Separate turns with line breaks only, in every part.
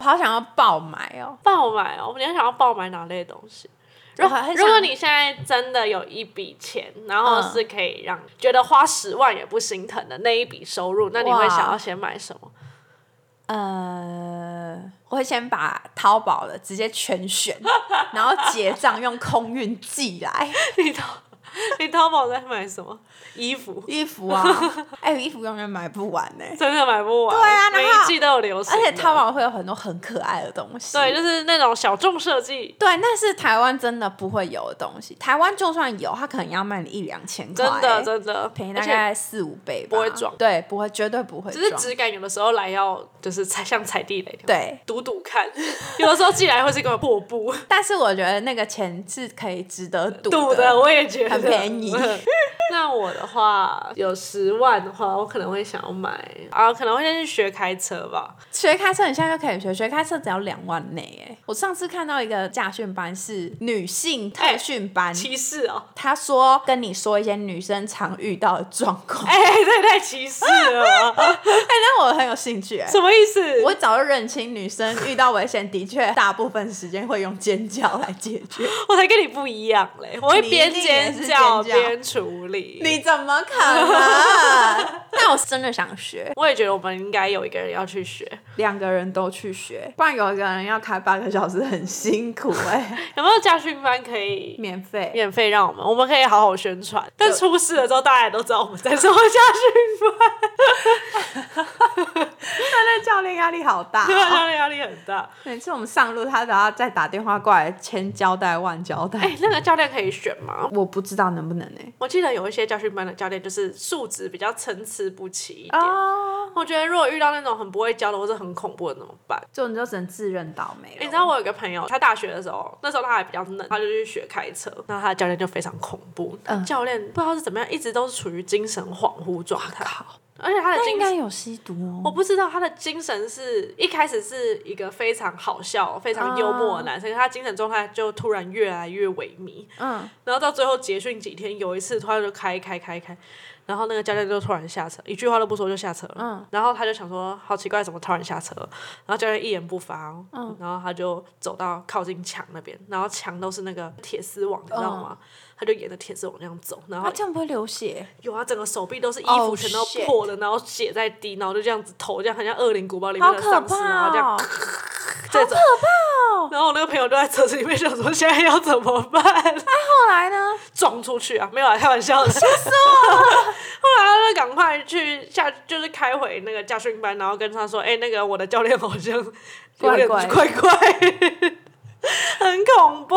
好想要爆买哦。
爆买哦！你要想要爆买哪类东西？如
我很想
如果你现在真的有一笔钱，然后
嗯
是可以让、觉得花十万也不心疼的那一笔收入，那你
哇
会想要先买什么？
呃，我会先把淘宝的直接全选，然后结账用空运寄来
你淘你淘宝在买什么衣服？
衣服啊，哎、衣服永远买不完呢、
真的买不完，
对啊然
每
后
一季都有流行
而
的，
且淘宝会有很多很可爱的东西。
对，就是那种小众设计，
对，那是台湾真的不会有的东西。台湾就算有，它可能要卖你一两千块、欸
真的真的
便宜
而
大
且
概四五倍吧。
不会撞
对，不会，绝对不会
只
撞。
是质感有的时候来要就是踩像踩地雷，，
对，
赌赌看， 有的时候寄来会是个破布，
但是我觉得那个钱是可以值得赌
赌的我也觉得
很便宜
那我的话，有十万的话，我可能会想要买啊，可能会先去学开车吧。
学开车，你现在就可以学，学开车只要两万内哎。我上次看到一个驾训班是女性特训班，
歧视哦，
他说跟你说一些女生常遇到的状况， 哎、
哎、这也太歧视了吧，
那我很有兴趣 哎。
什么意思？
我早就认清女生遇到危险的确大部分时间会用尖叫来解决，
我才跟你不一样嘞，我会
你一定
边
也是尖
尖叫
叫
边处理。
你怎么可 能？但我真的想学，
我也觉得我们应该有一个人要去学，
两个人都去学，不然有一个人要开八个小时很辛苦哎、
有没有驾训班可以
免费。
免费让我们？我们可以好好宣传。但出事了之后，大家也都知道我们在做驾训班，
那教练压力好大
对啊，
哦、
教练 压力很大。
每次我们上路，他都要再打电话过来千交代万交代。
哎、那个教练可以选吗？
我不知道能不能哎、
我记得有一些教训班的教练就是素质比较参差不齐一点。
哦，
我觉得如果遇到那种很不会教的或者很恐怖的怎么办？
就你就只能自认倒霉了。
你知道我有一个朋友，他大学的时候，那时候他还比较嫩，他就去学开车，然后他的教练就非常恐怖，
嗯
教练不知道是怎么样，一直都是处于精神恍惚状态，而且他的
那应
精
该
神。
有吸毒
我
哦。
不知道他的精神是一开始是一个非常好笑、非常幽
啊
默的男生，可是他精神状态就突然越来越萎靡，
嗯，
然后到最后结训几天，有一次突然就开开开开，然后那个教练就突然下车，一句话都不说就下车了。
嗯
然后他就想说，好奇怪，怎么突然下车了？然后教练一言不发、哦。嗯，然后他就走到靠近墙那边，然后墙都是那个铁丝网，你知道吗？
嗯
他就沿着铁丝网这样走，然后
他这样不会流血？
有啊他整个手臂都是衣服
Oh,
全都
shit
破了然后血在滴，然后就这样子头这样，很像《恶灵古堡》里面
好哦
的
可
丧尸，然后这
怕
样
哦！
这种。 然后我那个朋友就在车子里面想说，现在要怎么办？
后来呢？
撞出去啊，没有啊，开玩 笑的。吓死我！后来他就赶快去下，就是开回那个驾训班，然后跟他说：“哎、那个我的教练好像有点
怪
怪
怪
怪，很恐怖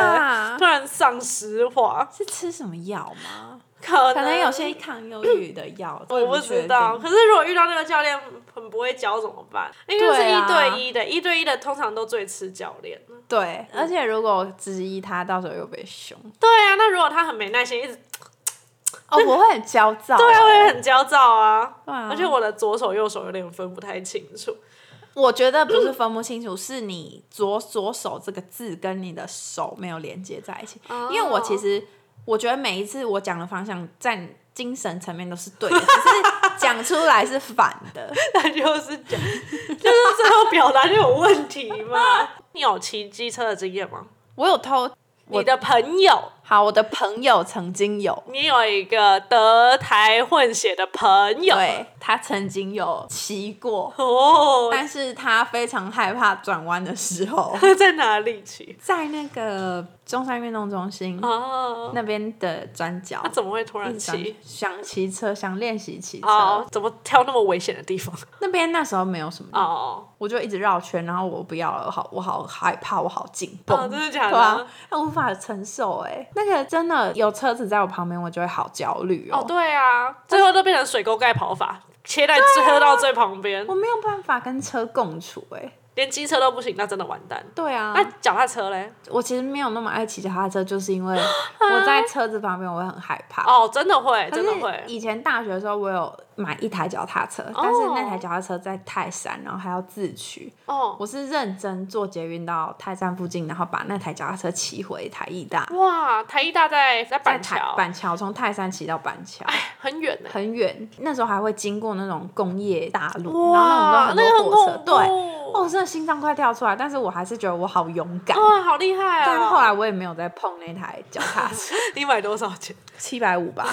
啊
突然丧尸化，
是吃什么药吗？
可
可能
能
有些抗忧郁的 药，
我不知道。。可是如果遇到那个教练很不会教怎么办？因为是
对
一
啊
对一的，一对一的通常都最吃教练。
对，而且如果质疑他，到时候又被凶。
对啊，那如果他很没耐心，一直
哦，我会很焦躁。
对啊，我也很焦躁啊。
对啊
而且我的左手右手有点分不太清楚。
我觉得不是分不清楚，是你左左手这个字跟你的手没有连接在一起。因为我其实我觉得每一次我讲的方向在精神层面都是对的，只是讲出来是反的。
那就是讲，就是最后表达就有问题嘛。 你有骑机车的经验吗？
我有偷我
你的朋友，
好，我的朋友曾经有，
你有一个德台混血的朋友，
对他曾经有骑过，
哦，
但是他非常害怕转弯的时候，
在哪里 骑？
在那个中山运动中心
哦，
那边的转角
他。怎么会突然
想
骑？
想骑车，想练习骑车。
哦，怎么挑那么危险的地方？
那边那时候没有什么人
哦，
我就一直绕圈，然后我不要了，我好，我好害怕，我好紧绷，
哦真的假的
对啊，那无法承受哎、那个真的有车子在我旁边，我就会好焦虑哦。
哦，对啊，最后都变成水沟盖跑法，切在车道最旁边
我，没有办法跟车共处哎、
连机车都不行，那真的完蛋。
对啊，
那脚踏车嘞？
我其实没有那么爱骑脚踏车，就是 因为我在车子旁边我会很害怕。
哦，真的会，
可
真
是
的会。
以前大学的时候，我有买一台脚踏车，但是那台脚踏车在泰山，然后还要自取。
哦，
我是认真坐捷运到泰山附近，然后把那台脚踏车骑回台艺大。
哇，台艺大在在
在
板
台
桥，哎
板桥，从泰山骑到板桥，
很远呢。
很远。那时候还会经过那种工业大路，然后
哇，
那种都很多
个
火车，
很恐怖哦
对。哦，我真的心脏快跳出来，但是我还是觉得我好勇敢。
哇，好厉害
但
啊！
后来我也没有再碰那台脚踏 车，
你买多少钱？
七百 五吧，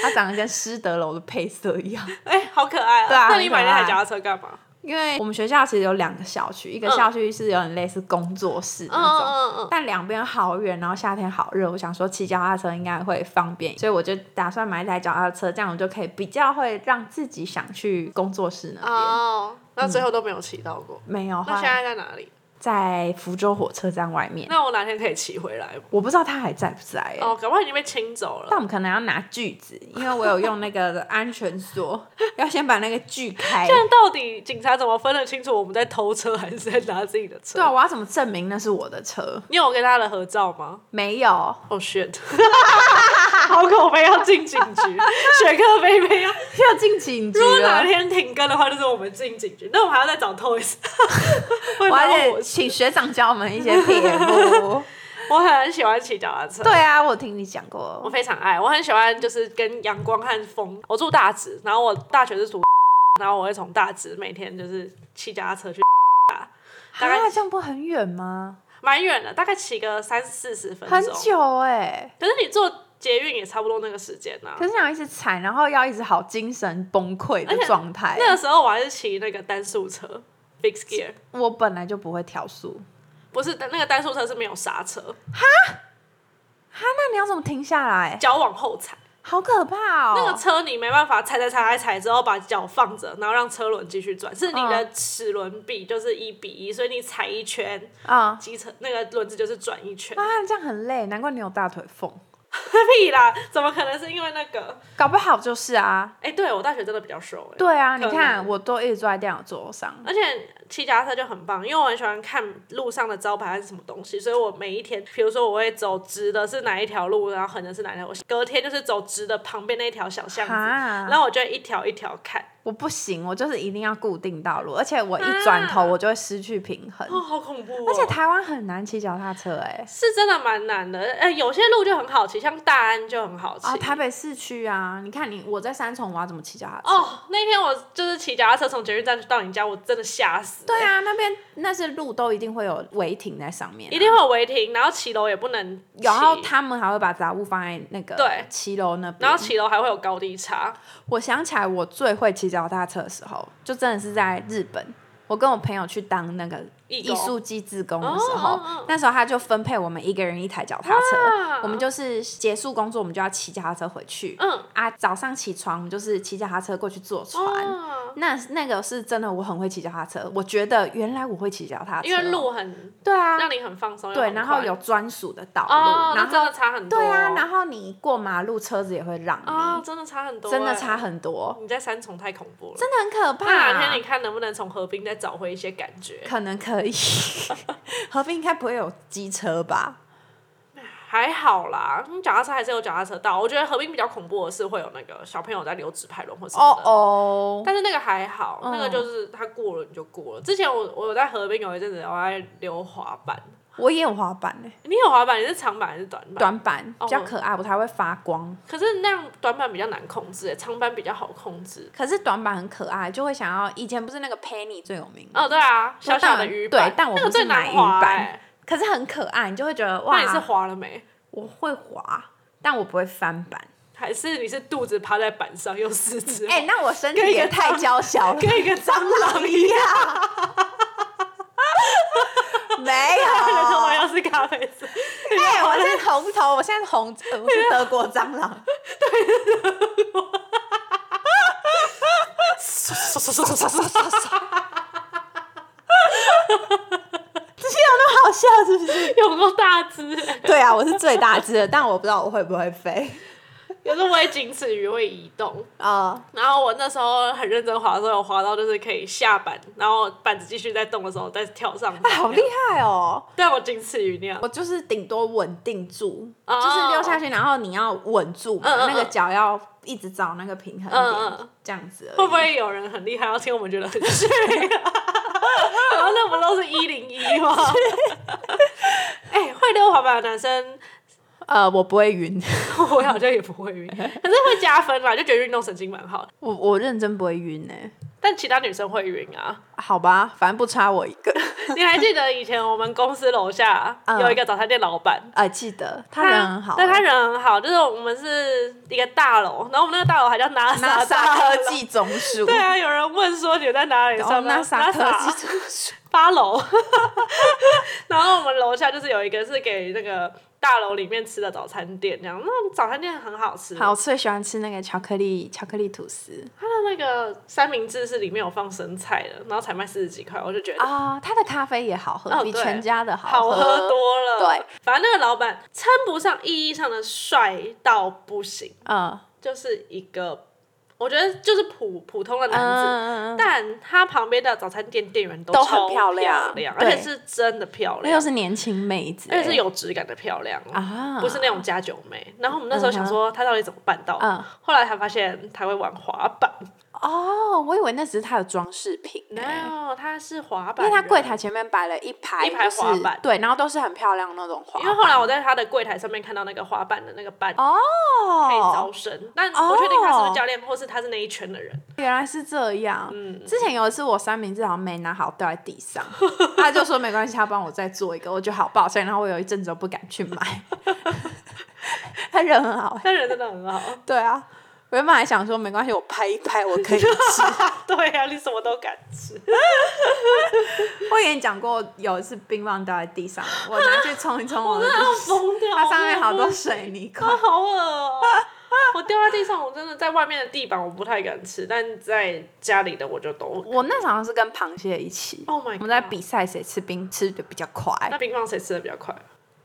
它长得跟施德楼的配色一样。
哎、好可爱啊！
对啊
那你买那
很可
台
爱
脚踏车干嘛？
因为我们学校其实有两个校区，一个校区是有点类似工作室
嗯
那种，
嗯嗯，
但两边好远，然后夏天好热，我想说骑脚踏车应该会方便，所以我就打算买一台脚踏车，这样我就可以比较会让自己想去工作室那边。
哦，
嗯
那最后都没有骑到过。
没有，
那
后
现
来
在在哪里？
嗯在福州火车站外面，
那我哪天可以骑回来吗？
我不知道它还在不在、欸。
哦，搞不好已经被清走
但
了。
我们可能要拿锯子，因为我有用那个安全锁，要先把那个锯 开。
但到底警察怎么分得清楚我们在偷车还是在拿自己的车？
对啊，我要怎么证明那是我的车？
你有跟他的合照吗？
没 有，
哦、shit！好口碑要进警 局，雪克菲菲要。
要进警局
如果哪
了。
天停更的话，就是我们进警局，那我们还要再找 Toys。会
我
把
还
我
得请学长教我们一些撇步。
我很喜欢骑脚踏车。
对啊，我听你讲
我
过。
非常爱，我很喜欢就是跟阳光和风。我住大直，然后我大学是读，然后我会从大直每天就是骑脚踏车去大，大概
啊，这样不很远吗？
蛮远的，大概骑个三四十分
很
钟。
久哎、
可是你坐捷运也差不多那个时间啊呐、
可是想一直踩，然后要一直好精神崩溃的
而且
状态。
那个时候我还是骑那个单速车，Big Gear，
我本来就不会调速，
不是那个单速车是没有刹车，
哈，那你要怎么停下来？
脚往后踩。
好可怕哦！
那个车你没办法踩踩踩踩踩之后把脚放着，然后让车轮继续转，是你的齿轮比就是一比一，所以你踩一圈，
啊、
机车那个轮子就是转一圈。
啊，这样很累，难怪你有大腿缝。
屁啦，怎么可能是因为那个？
搞不好就是啊，
哎、对我大学真的比较瘦哎、
对啊，你
可能
看我都一直坐在电脑桌上，
而且骑脚踏车就很棒，因为我很喜欢看路上的招牌还是什么东西，所以我每一天，比如说我会走直的是哪一条路，然后横的是哪一条，我隔天就是走直的旁边那一条小巷子，
哈
然后我就会一条一条看。
我不行，我就是一定要固定道路，而且我一转头我就会失去平衡。
啊哦，好恐怖、哦！
而且台湾很难骑脚踏车哎、
是真的蛮难的，呃，有些路就很好骑，像大安就很好骑。
啊，台北市区啊，你看你我在三重，我要怎么骑脚踏车？
哦，那天我就是骑脚踏车从捷运站到你家，我真的吓死。
对，啊，那边那些路都一定会有违停在上面啊、
一定会有违停，然后骑楼也不能骑
然后他们还会把杂物放在那个
对
骑楼那边。
然后骑楼还会有高低差。
我想起来，我最会骑脚踏车的时候，就真的是在日本。我跟我朋友去当那个
义
艺
工
术季志工的时候，
哦哦哦
那时候他就分配我们一个人一台脚踏车，
啊
我们就是结束工作，我们就要骑脚踏车回去。
嗯
啊，早上起床我们就是骑脚踏车过去坐船。
啊，
那那个是真的，我很会骑脚踏车。我觉得原来我会骑脚踏车哦，
因为路很
对啊，
让你很放松，又
对，
很
然后
快
有专属的道路，
哦，那哦
然
真
后
的差很多。
对啊，然后你过马路车子也会让你，
啊，真的差很多，
真的
哎
差。很多，
你在三重太恐怖了，
真的很可怕、
那哪天你看能不能从河滨再找回一些感觉？
可能 可以，合并应该不会有机车吧？
还好啦，嗯脚踏车还是有脚踏车道。我觉得河滨比较恐怖的是会有那个小朋友在留直排轮或什么
哦
的。
哦，
但是那个还好，
嗯
那个就是它过了你就过了。之前我我有在河滨有一阵子我在溜滑板，
我也有滑板诶、
你有滑板，你是长板还是短板？
短板
哦
比较可爱，我才会发光。
可是那样短板比较难控制，欸长板比较好控制。
可是短板很可爱，就会想要。以前不是那个 Penny 最有名吗？
哦，对啊，小小的
但
鱼板，
对但我
那个
不是
最难
买
滑
鱼板
欸
可是很可爱，你就会觉得哇，
那你是滑了没？
我会滑，但我不会翻 板。
还是你是肚子趴在板上用四肢？
哎、那我身体
跟一个
也太
蟑
娇小 了，
跟一个蟑螂一样。
没
可能
有。
我要是咖啡 色，
哎、我现在红头，我现在红，呃我是德国蟑螂。这些有那么好笑是不是？
有够大只、欸。
对啊，我是最大只的，但我不知道我会不会飞
有时候我也仅此于会移动。
啊、
然后我那时候很认真滑的时候，有滑到就是可以下板，然后板子继续在动的时候再跳上
哎
来。
好厉害哦！
但我仅此于那样
我。就是顶多稳定住，
哦
就是溜下去，然后你要稳住嘛，
嗯嗯嗯
那个脚要一直找那个平衡点，
嗯嗯
这样子而已。
会不会有人很厉害，要听我们觉得很逊？ 然后那不都是一零一吗？ 哎、会溜滑板的男生，
呃，我不会晕，
我 好像也不会晕，可是会加分啦，就觉得运动神经蛮好的。
我我认真不会晕哎、
但其他女生会晕啊。
好吧，反正不差我一 个。
你还记得以前我们公司楼 下
嗯
有一个早餐店老板？
哎，记得他人很好，欸
对他人很好，就是我们是一个大楼，然后我们那个大楼还叫 NASA
纳
大
萨
楼
科。技总署，
对啊，有人问说你在哪里
然
上
后
班
纳萨科技
哦 NASA
总署，
八楼， 然后我们楼下就是有一个是给那个大楼里面吃的早餐店，这样那早餐店很好吃，
好，我最喜欢吃那个巧克力巧克力吐司
它的那个三明治是里面有放生菜的，然后才卖四十几块，我就觉得。
啊，他的咖啡也好喝，
哦
比
对
全家的
好喝
喝
多了，
对，
反正那个老板称不上意义上的帅到不行，
嗯
就是一个，我觉得就是普普通的
嗯
男子，
嗯，嗯嗯
但他旁边的早餐店店员都
都
都
很漂
漂
亮
而且
对
是真的漂
那又
亮，
是年轻妹子，
而且是有质感的漂亮，
啊，
不是那种加酒妹。然后我们那时候想说他到底怎么办到，
嗯
后来才发现他会玩滑板，
哦，我以为那只是他的装饰品呢。
然后他是滑
因
板，
为他柜。台前面摆了一排，
啊一排
就是
滑板
对，然后都是很漂亮那种滑
因为后来我在他的柜台上面看到那个滑板的那个板可以招
哦，
生，但我确定他是不是教练，或是他是那一圈的人。
原来是这样。之前有一次我三明治好像没拿好掉在地上， 他就说没关系，他帮我再做一个，我就好抱歉。然后我有一阵子都不敢去买， 他人很好。
但人真 的很好，
对啊，我原本还想说没关系，我拍一拍我 可以吃。
对呀、你什么都敢吃。
我以前讲过有一次冰棒掉在地上，我拿去冲一 冲，我的哦
要疯掉！
它上面好多水泥块。
啊，好恶哦、 我掉在地上，我真的在外面的地板我不太敢吃，但在家里的我就都。
我那时候好像是跟螃蟹一起，
Oh my！
我们在
God，
比赛谁吃冰吃的比较快
那冰棒谁吃的比较快？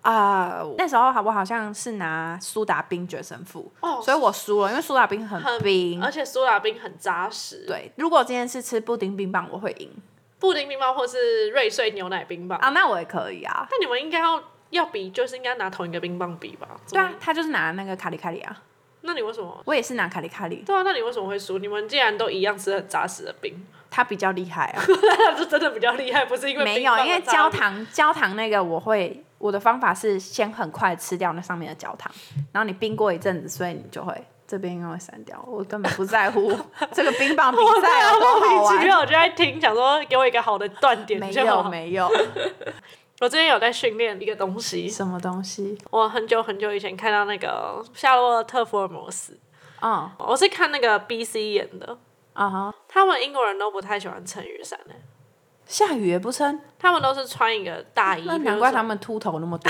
啊、那时候好我好像是拿苏打冰决胜负，
哦
所以我输了，因为苏打冰很
很呃
冰。
而且苏打冰很扎实。，
对，如果今天是吃布丁冰棒，我会赢
布丁冰棒或是瑞穗牛奶冰棒。
啊，那我也可以啊。
那你们应该要要比，就是应该拿同一个冰棒比吧？
对啊，他就是拿那个卡里卡里啊，
那你为什么？
我也是拿卡里卡里，
对啊，那你为什么会输？你们既然都一样吃很扎实的冰，
他比较厉害啊。
那就真的比较厉害，不是因为
没
冰
有
棒，的
因为
扎
焦
力
糖焦糖那个我会，我的方法是先很快吃掉那上面的焦糖，然后你冰过一阵子，所以你就会这边应该会散掉。我根本不在 乎这个冰棒比
我
赛
真
有
的
多好
莫名其
玩，
妙，我就在听，想说给我一个好的断点
没
就
有
好。
没 有
我最近有在训练一个东西，
什么东西，
我很久很久以前看到那个夏洛特·福尔摩斯，
嗯
我是看那个 B.C 演的，
啊哈，
他们英国人都不太喜欢撑雨伞的、
下雨也不撑，
他们都是穿一个大衣，
那
比如
难怪
说
他们秃头那么 多，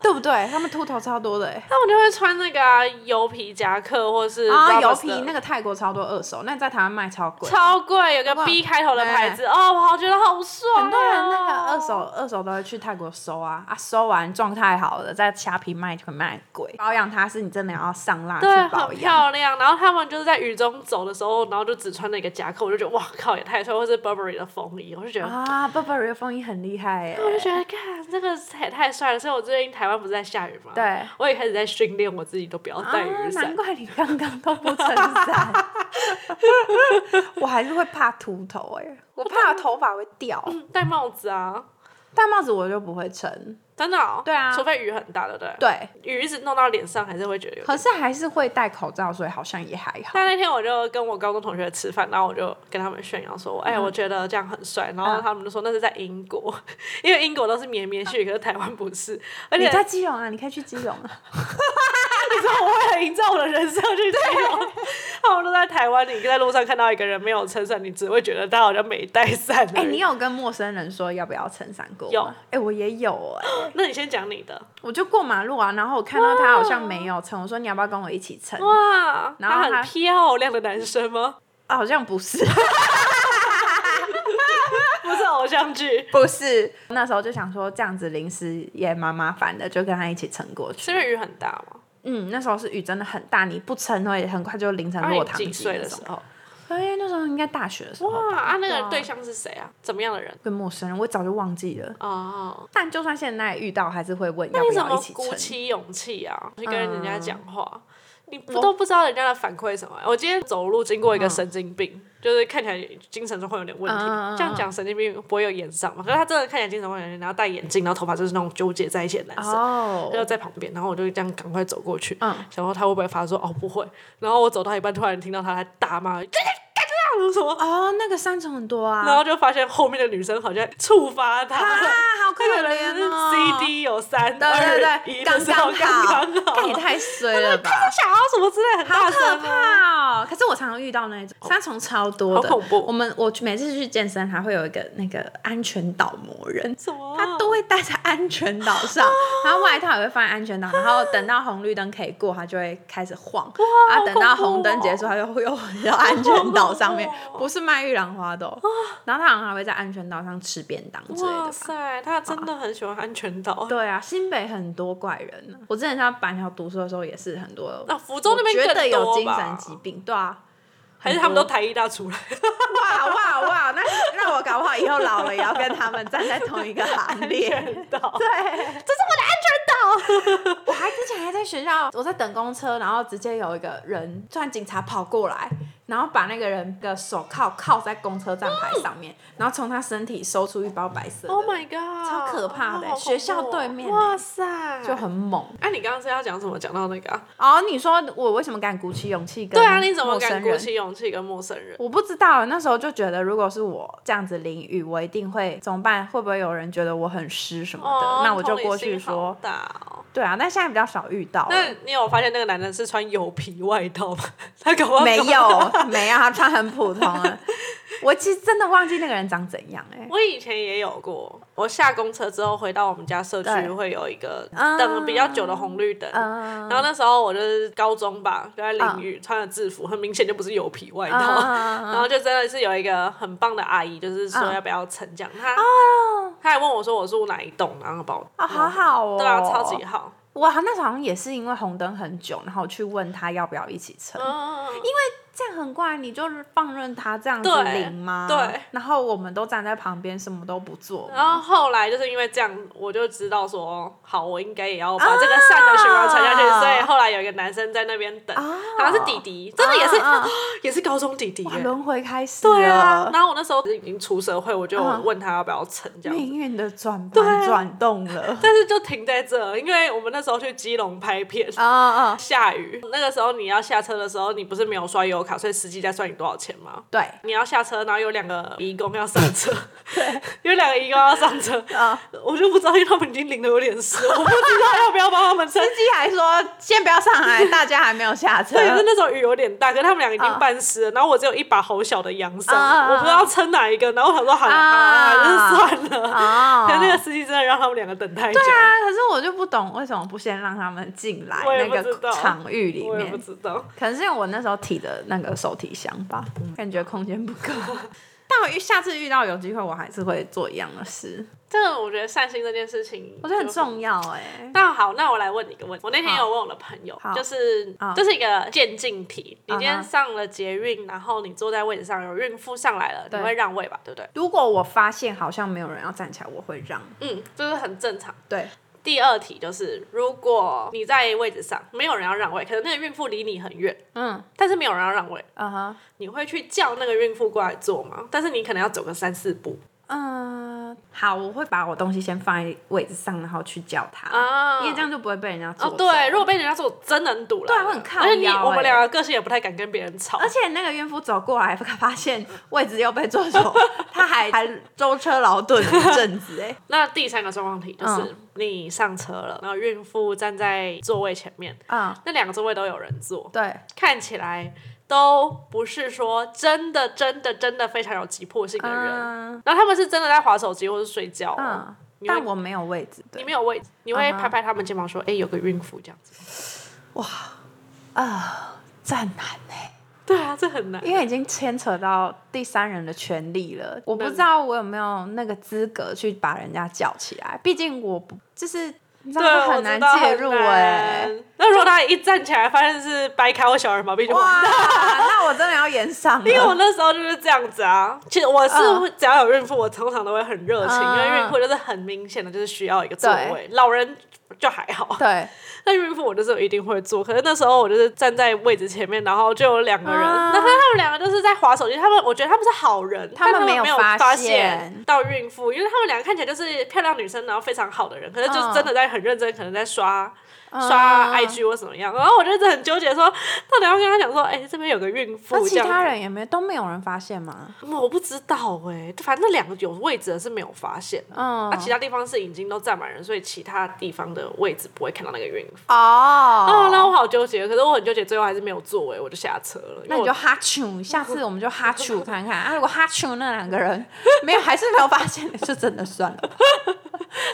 对不对？他们秃头超多的欸
他们就会穿那个啊油皮夹克或是
啊，油
Roberts
皮
的
那个泰国超多二手，那在台湾卖超贵，
超贵，有个
哇
B 开头的牌子，哦，我好觉得好啊爽、
很多人那个二手二手都会去泰国收啊啊，收完状态好了，在虾皮卖就会卖很贵。保养它是你真的要上蜡
对，
去保养。
很漂亮。然后他们就是在雨中走的时候，然后就只穿了一个夹克，我就觉得哇靠，也太帅，或是 Burberry 的风衣，我就觉得，
啊，Burberry 的风衣很厉害哎、
我就觉得，看这个也太帅了。所以我最近台湾不是在下雨吗？
对，
我也开始在训练我自己，都不要
啊
带雨，伞
难。怪你刚刚都不撑 伞，我还是会怕秃头哎、我怕头发会掉。
嗯戴帽子啊，
戴帽子我就不会撑，
真的哦、
对啊
除非雨很大，对不对？
对，
雨一直弄到脸上，还是会觉得有点。
可是还是会戴口罩，所以好像也还好。
但那天我就跟我高中同学吃饭，然后我就跟他们炫耀说：“哎、我觉得这样很帅。”然后
嗯
他们就说那是在英国，因为英国都是绵绵絮，可是台湾不是。而
你
且
在基隆啊，你可以去基隆啊。
你知道我为了营造我的人设去基隆，他们都在台湾，你在路上看到一个人没有撑伞，你只会觉得他好像没带伞 而
哎、
已。
你有跟陌生人说要不要撑伞过吗？
有
哎、我也有哎、
那你先讲你的
我就过马路啊，然后我看到他好像没有撑，我说你要不要跟我一起撑？
哇，
啊然后
他
他
很漂亮的男生吗？
啊，好像不是，
不是偶像剧，
不是。那时候就想说这样子临时也蛮麻烦的，就跟他一起撑过
是
去。
因为雨很大吗？
嗯，那时候是雨真的很大，你不撑会很快就淋成
然后
落
你
汤鸡
几岁
那
的
种
时。候？
哎，那时候应该大学的时候，
哇啊，那
哇
个对象是谁啊？怎么样的人？
跟陌生人，我早就忘记了。
哦，
但就算现在遇到，还是会问
那
要
你
不
怎
要
么
一起撑嗯
鼓。起勇气啊？去跟人家讲话，你不
我嗯
都不知道人家的反馈什么、我今天走路经过一个神经病，就是看起来精神状况有点问题。
嗯嗯嗯
这样讲神经病不会有眼上嘛？可是他真的看起来精神状况有点，然后戴眼镜，然后头发就是那种纠结在一起的男生。
哦
他，就在旁边，然后我就这样赶快走过去，
嗯啊
想说他会不会发说哦不会，然后我走到一半，突然听到他在大骂，这个干这样我说
哦，那个三重很多啊，
然后就发现后面的女生好像触发
啊，
他。
好可
那个人
怜
是
哦。
CD 有三
对
二
对
一
对，
的
刚
时
好，
候，刚刚
那也
好。
太衰了吧！
想要什么之类，很
好
大
可
声啊。
怕哦！可是我常常遇到那一种三重超多的，
好恐怖
我们我每次去健身，还会有一个那个安全岛魔人，
什么啊？
他都会戴在安全岛上，然后外套也会放在安全岛，然后等到红绿灯可以过，他就会开始晃，然后等到红灯结
哦
束，他就会又回到安全岛上 面
好恐，怖哦
不是卖玉兰花的哦、然后他好像还会在安全岛上吃便当之类
哇
的吧。
塞，他真的很喜欢安全岛。
对啊，新北很多怪人呢、我之前在板桥读书的时候也是很多，
那福哦州那边
我觉
更
得有
多
精
吧
神疾病，对啊。
还是他们都台医大出来？
哇哇哇！那那我搞不好以后老了也要跟他们站在同一个行列。
全 岛。
对，这是我的安全岛。 我还之前还在学校，我在等公车，然后直接有一个人，突然警察跑过来，然后把那个人的手铐铐在公车站牌上面，然后从他身体搜出一包白色的
Oh my god！
超可怕的
哦好恐怖哦
学校对面欸
哇塞！
就很猛。
哎，你刚刚是要讲什么？讲到那个啊？
哦，你说我为什么敢鼓起勇气跟
对啊，你怎么
陌
敢
生
鼓
人
起勇气跟陌生人？
我不知道，那时候就觉得，如果是我这样子淋雨，我一定会怎么办？会不会有人觉得我很湿什么的？
哦，
那我就
同理
过
心
去说
好，大哦。
对啊。但现在比较少遇到
那
了，
你有发现那个男的是穿油皮外套吗？ 他搞不好
没有没有，他穿很普通 啊。我其实真的忘记那个人长怎样哎、
我以前也有过，我下公车之后回到我们家社区
对
会有一个
啊
等比较久的红绿灯，
嗯
然后那时候我就是高中吧，就在淋雨，穿着制服，很明显就不是油皮外套，
啊
然后就真的是有一个很棒的阿姨，就是说
嗯
要不要乘降，她她还问我说我住哪一栋，然后帮我，
哦，好好哦，
对啊，超级好，
哇！那时候好像也是因为红灯很久，然后去问他要不要一起乘，
嗯，
这样很怪，啊你就是放任他这样子
对
淋吗？
对。
然后我们都站在旁边，什么都不做吗。
然后后来就是因为这样，我就知道说，好，我应该也要把这个善的循环传下去。
啊
所以后来有一个男生在那边等，好像是弟弟，真的也是、
啊啊
也是高中弟弟
哇，
耶。
嗯轮回开始
对啊
了，
然后我那时候已经出社会，我就
嗯
问他要不要成这样子。
命运的转
啊
盘转动了。
但是就停在这，因为我们那时候去基隆拍片，
啊啊！
下雨，那个时候你要下车的时候，你不是没有刷油卡，所以司机在算你多少钱吗？
对
你要下车，然后有两个义工 要上车，对，有两个义工要上车，
啊，
我就不知道，因为他们已经淋得有点湿，我不知道要不要帮他们撑。
司机还说先不要上 来，大家还没有下车
对，。啊可是那时候雨有点大，可是他们俩已经
啊
半湿了，然后我只有一把好小的阳伞，
啊啊啊
我不知道撑哪一个，然后我想说，好
啊
好，就是算了。
哦，
可是那个司机真的让他们两个等太久，
对啊，可是我就不懂为什么不先让他们进来
我也
那
不知道
个场域里
我也不
面？
知道。
可能是因为我那时候提的那个手提箱吧，感觉空间不够。 但我遇下次遇到有机会，我还是会做一样的事，
这个我觉得善心这件事情，
我觉得很。重要哎、
那好，那我来问你一个问题。我那天有问我的朋友
好，
就是
好
这是一个渐进题。你今
啊
天
哈
上了捷运，然后你坐在位置上，有孕妇上来了，你
对
会让位吧？对不对？
如果我发现好像没有人要站起来，我会让。
嗯，就是很正常。
对，
第二题就是，如果你在位置上没有人要让位，可能那个孕妇离你很远，
嗯，
但是没有人要让位，
啊哈，
你会去叫那个孕妇过来坐吗？但是你可能要走个三四步
嗯，好，我会把我东西先放在位置上，然后去叫他，
啊
因为这样就不会被人家坐
哦，
走。
对，如果被人家坐，真能堵了。
对啊会很靠
而且你
腰
我们
欸
两个个性也不太敢跟别人吵
而。且那个孕妇走过来，发现位置又被坐走，她还还舟车劳顿了一阵子哎。
那第三个状况题就是、
嗯
你上车了，然后孕妇站在座位前面，
啊、
那两个座位都有人坐，
对，
看起来都不是说真的真的真的非常有急迫性的人。
嗯
然后他们是真的在划手机或是睡觉、哦，
嗯，
你会
但我没有位置，
你
对
没有位置，你会
嗯哼
拍拍他们肩膀说：“哎、有个孕妇这样子。
啊，站难哎，”
对啊，这很难。
因为已经牵扯到第三人的权利了，我不知道我有没有那个资格去把人家叫起来，毕竟我不就是你知
对，
道
我
很
知
难
道
介入
很
哎、
难那如果他一站起来发现是白开我小儿麻痹就 完
哇，
蛋。
那我真的要演上了，
因为我那时候就是这样子啊，其实我是
嗯
会只要有孕妇，我通常都会很热情，因
嗯
为孕妇就是很明显的就是需要一个座位，老人就还 好，
对，
但孕妇我就是一定会坐。可是那时候我就是站在位置前面，然后就有两个人，
啊
那他他们两个就是在划手机，他们我觉得他们是好人，
他们
但
没有
没有
发
发
现
到孕妇，因为他们两个看起来就是漂亮女生，然后非常好的人，可是就是
嗯
真的在很认真，可能在刷刷 IG 或怎么样，然后我就一直很纠结说，到底要跟他讲说，哎、这边有个孕妇
那
这
其
样子，
他人也没都没有人发现吗？
嗯我不知道哎、反正那两个有位置的是没有发现的，
嗯
啊，其他地方是已经都占满人，所以其他地方的位置不会看到那个孕妇。哦，那
哦，
我好纠结，可是我很纠结，最后还是没有座位，我就下车了。因
那
为
你就
我
哈啾，下次我们就哈啾看看啊。 如果哈啾那两个人没有，还是没有发现，就真的算 了，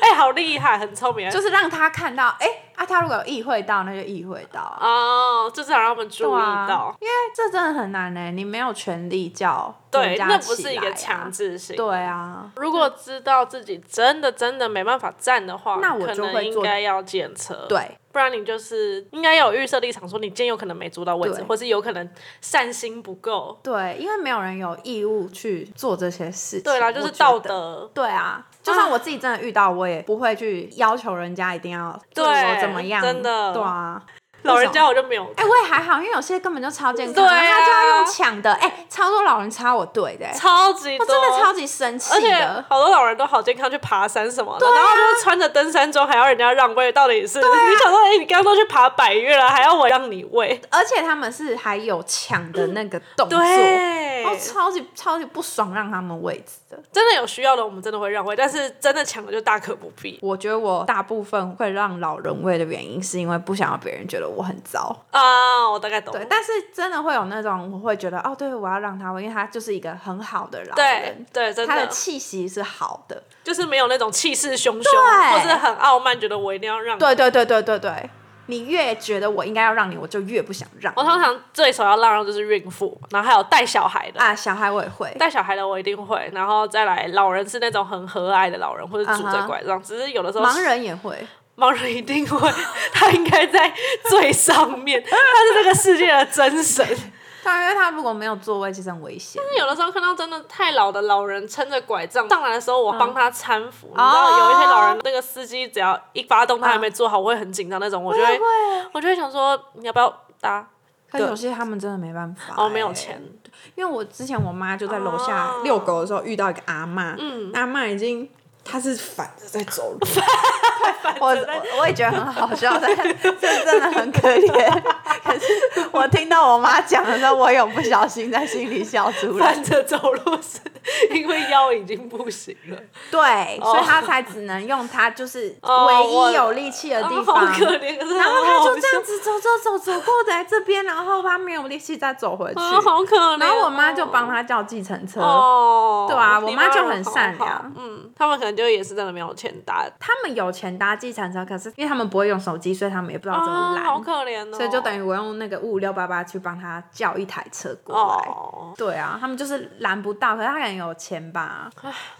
哎、好厉害，很聪明，
就是让他看到，哎、啊，他如果有意会到，那就意会到 啊。
哦，就是要让他们注
对
意
啊
到，
因为这真的很难呢、你没有权利叫
对
人，家
那不
起
是一
来
个
啊
强制性。
对啊，
如果知道自己真的真的没办法站的话，
那我
可
就
能
会
应
做
该要检测，，
对，
不然你就是应该要有预设立场，说你今天有可能没租到位置，
对
或是有可能善心不够。
对，因为没有人有义务去做这些事情。
对啦，就
我
是
觉
道
得。
德。
对啊，就算我自己真的遇到，我也不会去要求人家一定要对我
对
怎么样。
真的
对啊。
老人家我就没有，
哎、我也还好，因为有些根本就超健康，
对啊
然后他就要用抢的。哎、超多老人插我队的、哎
超级
我
多，
真的超级生
而
气
且
的。
好多老人都好健康，去爬山什么的，
啊
然后就是穿着登山装还要人家让位，到底是、你想说，哎、你刚刚都去爬百越了，还要我让你位？
而且他们是还有抢的那个动作，
对
我超级超级不爽让他们位置的。
真的有需要的，我们真的会让位，但是真的抢的就大可不必
我觉得我大部分会让老人位的原因，是因为不想要别人觉得我很糟。
啊！我大概懂，
对，但是真的会有那种，我会觉得哦，对，我要让他位，因为他就是一个很好的老
对
人，
对，真
他的
的
气息是好的。
就是没有那种气势汹汹，
对
或是很傲慢，觉得我一定要让。
对对对对对对，你越觉得我应该要让你，我就越不想让
我通常最首要让的就是孕妇，然后还有带小孩的。
啊。小孩我也会，
带小孩的我一定会，然后再来老人是那种很和蔼的老人，或者拄
啊
着
哈
拐杖只是有的时候
盲人也会，
盲人一定会， 他应该在最上面，他是这个世界的真神。
但因为他如果没有座位，其实很危险。
有的时候看到真的太老的老人撑着拐杖上来的时候，我帮他搀扶。
嗯
你知
哦
道有一些老人，那个司机只要一发动他还没做好，我会很紧张那种，嗯我就会啊
也会，
我就会想说你要不要搭？
可有些他们真的没办法、
哦，没有
哎
钱，
因为我之前我妈就在楼下
哦嗯
遛狗的时候遇到一个阿嬷，阿嬷已经她是反着在走路，我我我也觉得很好笑，但是这真的很可怜。可是我听到我妈讲的时候，我有不小心在心里笑出来。
翻着走路是 因为腰已经不行了，
对，所以
哦
她才只能用她就是
哦
唯
我
一有力气的
啊
地
好
方。
可怜。可是
然后她
哦好
就
好
这样
笑
子走走走走过来这边，然后她没有力气再走回去。
啊，好可怜哦。
然后我妈就帮她叫计程车。
哦，
对啊我
你
妈就
人
很
好
善
好
良
嗯，他们可能就也是真的没有钱打，
他们有钱搭计程车，可是因为他们不会用手机，所以他们也不知道怎么拦，
好可怜哦，
所以就等于我用那个五五六八八去帮他叫一台车过来。
哦，
对啊，他们就是拦不到，可是他可能有钱吧，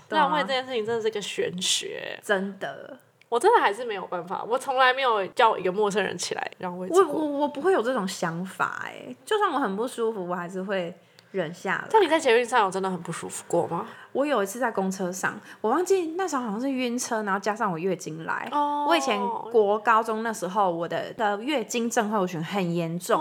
对啊
浪费这件事情真的是个玄学，
真的。
我真的还是没有办法，我从来没有叫一个陌生人起来让位置
我
过。
我我不会有这种想法哎、就算我很不舒服，我还是会忍下来。
那你在捷运上有真的很不舒服过吗？
我有一次在公车上，我忘记那时候好像是晕车，然后加上我月经来。
哦
我以前国高中那时候，我的的月经症候群很严重。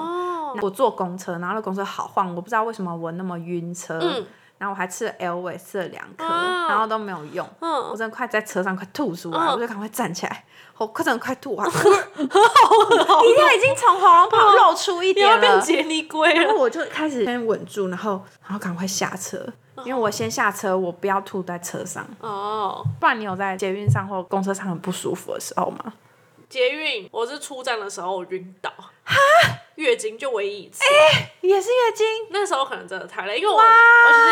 我坐公车，然后那公车好晃，我不知道为什么我那么晕车。
嗯
然后我还吃了 L 伟，吃了两颗，
啊
然后都没有用。我
嗯，
真的快在车上快吐出来，
嗯
我就赶快站起来，我快真的快吐啊！ 你现在已经从喉咙跑露出一
你
点
要
了，
变杰尼龟
然
了。
后我就开始先稳住，然后然后赶快下车，因为我先下车，我不要吐在车上。
哦，
不然你有在捷运上或公车上很不舒服的时候吗？
捷运，我是出站的时候我晕倒，哈，月经就唯一一次。
也是月经，
那时候可能真的太累，因为我我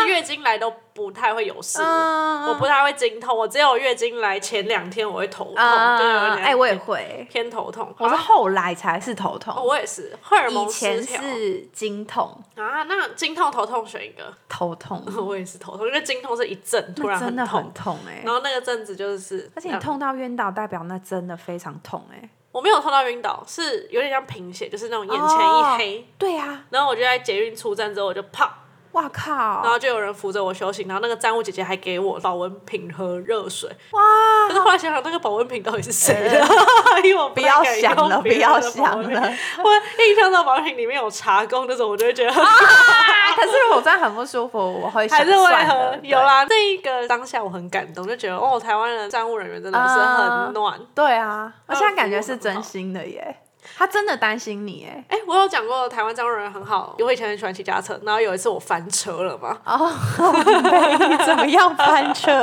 其实月经来都不太会有事，
嗯
我不太会经痛，我只有月经来前两天我会头痛，
啊，
就是有点
哎，我也会，
偏头痛。
哦我是
啊
后来才是头
哦
痛，
我也是荷尔
以
蒙
前
失调
是经痛，
啊，那经痛头痛选一个，
头痛，
我也是头痛，因为经痛是一阵突
那
然
真
很
的
痛，
很痛哎
然。后那个阵子就是，呃
而且你，痛到晕倒，代表那真的非常痛哎。
我没有痛到晕倒，是有点像贫血，就是那种眼前一黑，
对呀，啊
然后我就在捷运出站之后我就啪
哇靠！
然后就有人扶着我休息，然后那个站务姐姐还给我保温瓶喝热水。
哇，呃
可是后来想想，那个保温瓶到底是谁的？ 因为我
不
太
要
敢
想
用
了，不
别人
要
的保
想
温瓶
了。
我印象到保温瓶里面有茶工那种，我就会觉得很
啊！可是如果真的很不舒服，我会想
还是会
算了
喝。有，啦，那一个当下我很感动，就觉得哦，台湾的站务人员真的是
啊
很暖。
对对啊，哦而
他
且
们
他感觉
服务
是
很好
真心的耶，他真的担心你耶。
哎、我有讲过台湾站务人员很好，因为我以前很喜欢骑家车，然后有一次我翻车了嘛，
哦，你怎么样翻车？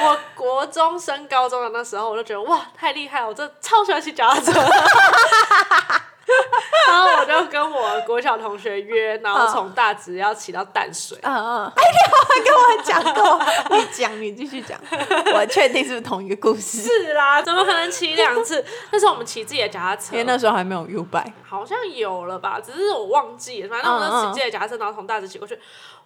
我国中升高中的那时候，我就觉得哇，太厉害了！我真的超喜欢骑脚踏车。 然后我就跟我国小同学约，然后从大直要骑到淡水。
嗯嗯，哎，你好像跟我讲过，你讲，你继续讲，我确定是不是同一个故事？
是啦，怎么可能骑两次？那时候我们骑自己的脚踏车
因为，那时候还没有 U 拜，
好像有了吧，只是我忘记了。反正我
嗯嗯
们就骑自己的脚踏车，然后从大直骑过去。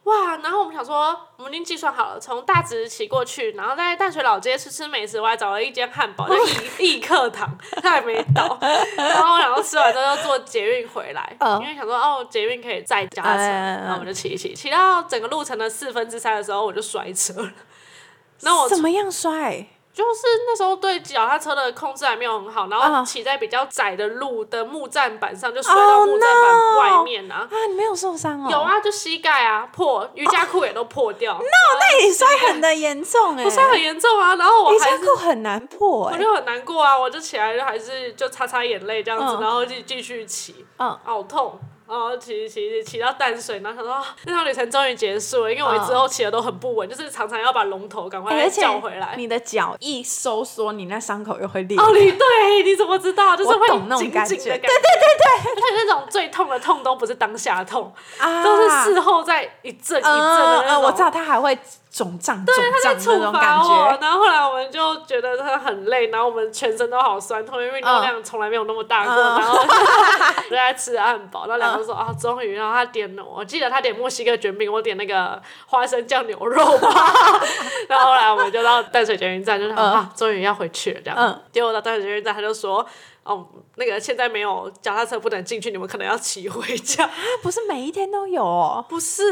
哇！然后我们想说，我们已经计算好了，从大直骑过去，然后在淡水老街吃吃美食。我还找了一间汉 堡，叫
哦
益益客堂，它还没到。然后我想说吃完之后就坐捷运回来，
嗯
因为想说哦，捷运可以载脚踏车，
嗯嗯嗯
然后我们就骑一骑，骑到整个路程的四分之三的时候，我就摔车了。那我
怎么样摔？
就是那时候对脚踏车的控制还没有很好，然
啊
后骑在比较窄的路的木栈板上，就摔
哦
到木栈板外面啊。
啊，你没有受伤哦？
有，啊，就膝盖啊破，瑜伽裤也都破掉，
那你摔很的严重哎，
不是很严重啊。然后我
瑜
还
伽
是
裤很难破
我
哎，
就很难过啊，我就起来就还是就擦擦眼泪这样子，
嗯
然后就继续骑，
嗯
好痛。然后骑骑骑骑到淡水，然后想说啊那趟旅程终于结束了，因为我之后骑的都很不稳，就是常常要把龙头赶
嗯哎
快
而且
叫回来。
你的脚一收缩，你那伤口又会裂。
哦，你对，你怎么知道？就是
我
会
懂那种
紧紧的
感
感
觉对
对对对，但那种最痛的痛都不是当下的痛，
啊
都是事后再一阵一阵的那
嗯嗯我知道
种。
它还会肿胀、肿
他在哦
胀
处
那种
罚
感
我
觉，。
然后后来我们就觉得他很累，然后我们全身都好酸痛，因为运动量从来没有那么大过。
嗯
然 后就在吃汉堡，然后两个人说啊，终于，然后他点了，我记得他点墨西哥卷饼，我点那个花生酱牛 肉吧。然后后来我们就到淡水捷运站，就想、啊，终于要回去了这样。
嗯
结果到淡水捷运站，他就说。哦，那个现在没有脚踏车不能进去，你们可能要骑回 家。
它不是每一天都有哦，
不是，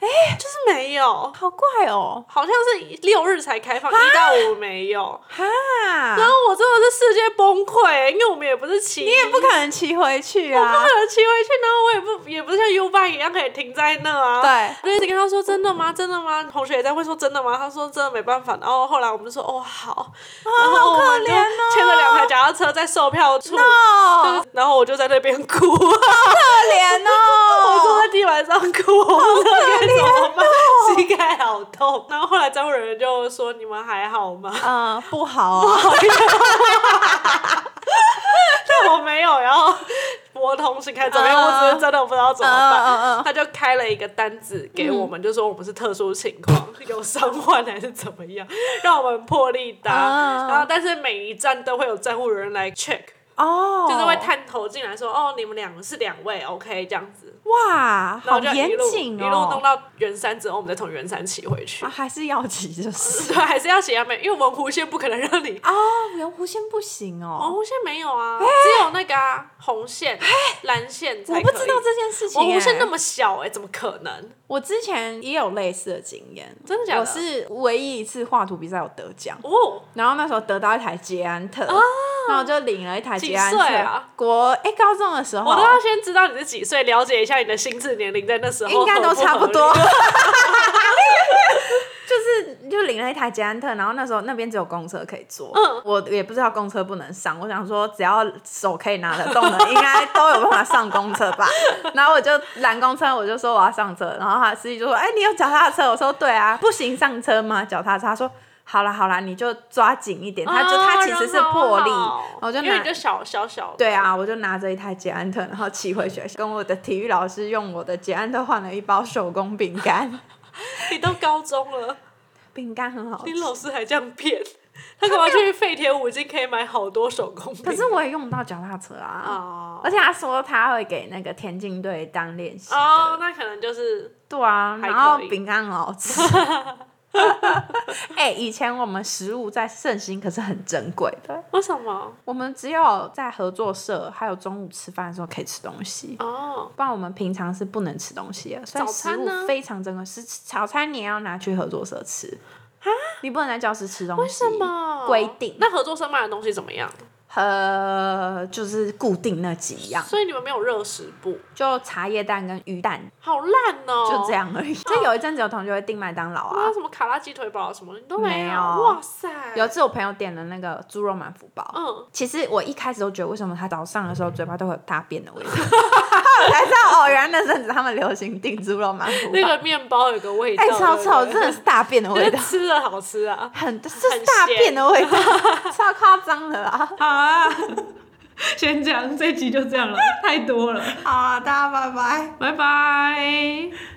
哎、就是没有，
好怪哦，
好像是六日才开放，
啊
一到五没有。
哈，
然后我真的是世界崩溃，因为我们也不是骑，
你也不可能骑回去
不
啊。
可能骑回去，然后我也不也不是像 U b 一样可以停在那啊。
对，
我就一直跟他说真的吗？真的吗？同学也在问说真的吗？他说真的没办法。然后后来我们就说哦好，然后我们就
啊可怜哦
牵着两台脚踏车在售票处，
哦，
就是然后我就在那边哭，
可怜
我坐
哦，
在地板上哭，我不知道
啊
该怎么办，膝盖好痛。然后后来站务人员就说你们还好吗？
嗯，不好哦，
但 我没有，然后我同行开怎么样？
嗯
我只是真的不知道怎么
嗯嗯
办
嗯。
他就开了一个单子给我们，就说我们是特殊情况， 有伤患还是怎么样，让我们破例
嗯
搭。然后但是每一站都会有站务人员来 check，
哦，
就是会探头进来说，哦，你们两个是两位，OK 这样子。
哇，好
然后就
严
一路一
谨
路弄
哦，
到圆山之后，我们再从圆山骑回去
啊，。还是要骑 就是。
所以 还是要写下面，因为文湖线不可能让你。
哦，圆弧线不行
文
哦，
湖线没有啊， 只有那个啊红线、蓝线才
我
可以。
不知道这件事情
我
欸。
弧线那么小哎、怎么可能？
我之前也有类似的经验，
真的假的
我是唯一一次画图比赛有得奖，
哦，
然后那时候得到一台捷安特，然后就领了一台捷安特。
啊几岁啊
国哎、高中的时候
我都要先知道你是几岁，了解一下你的心智年龄，在那时候
应该都差
合
不
不
多
合理。啊
就是就领了一台捷安特，然后那时候那边只有公车可以坐，
嗯
我也不知道公车不能上，我想说只要手可以拿得动的，应该都有办法上公车吧。然后我就拦公车，我就说我要上车，然后他司机就说：“哎、你有脚踏车？”我说：“对啊，不行上车吗？脚踏车。”他说。好啦好啦，你就抓紧一点，他就、
啊
他其实是破例，
人好好
然后就
因为
拿
你就小小小，
对啊，我就拿着一台捷安特，然后骑回学校，跟我的体育老师用我的捷安特换了一包手工饼干，
你都高中了，
饼干很好
你
吃。
老师还这样骗，他干嘛去废铁五金可以买好多手工
可
品
是我也用不到脚踏车啊，
啊？
而且他说他会给那个田径队当练习的。
哦，那可能就是
对啊，
还
然后
可 以
饼干很好吃。哎、以前我们食物在盛行，可是很珍贵的。
为什么？
我们只有在合作社，还有中午吃饭的时候可以吃东西，
哦，
不然我们平常是不能吃东西的。所以
早
食
餐
物
呢
非常珍贵，是早餐你也要拿去合作社吃你不能在教室吃东西。
啊为什？么
规定
那合作社卖的东西怎么样？
呃，就是固定那几样，
所以你们没有热食部，
就茶叶蛋跟鱼蛋，
好烂哦、
就这。样而已。就有一阵子有同学会订麦当劳啊
啊，，什么卡拉鸡腿堡什么你都
没有
有，哇塞！
有一次我朋友点了那个猪肉满福包，
嗯，
其实我一开始都觉得，为什么他早上的时候嘴巴都会有大便的 味道？后来才知道，哦，原来那阵子他们流行订猪肉满福包，
那个面包有个味道，
哎、超臭，真
对不对，
的是大便的味道
吃的好吃啊！
很就是大便的味道，超夸张的啦！
好啊， 先这样，这集就这样了，太多了，
好啊，大家拜拜。
拜拜。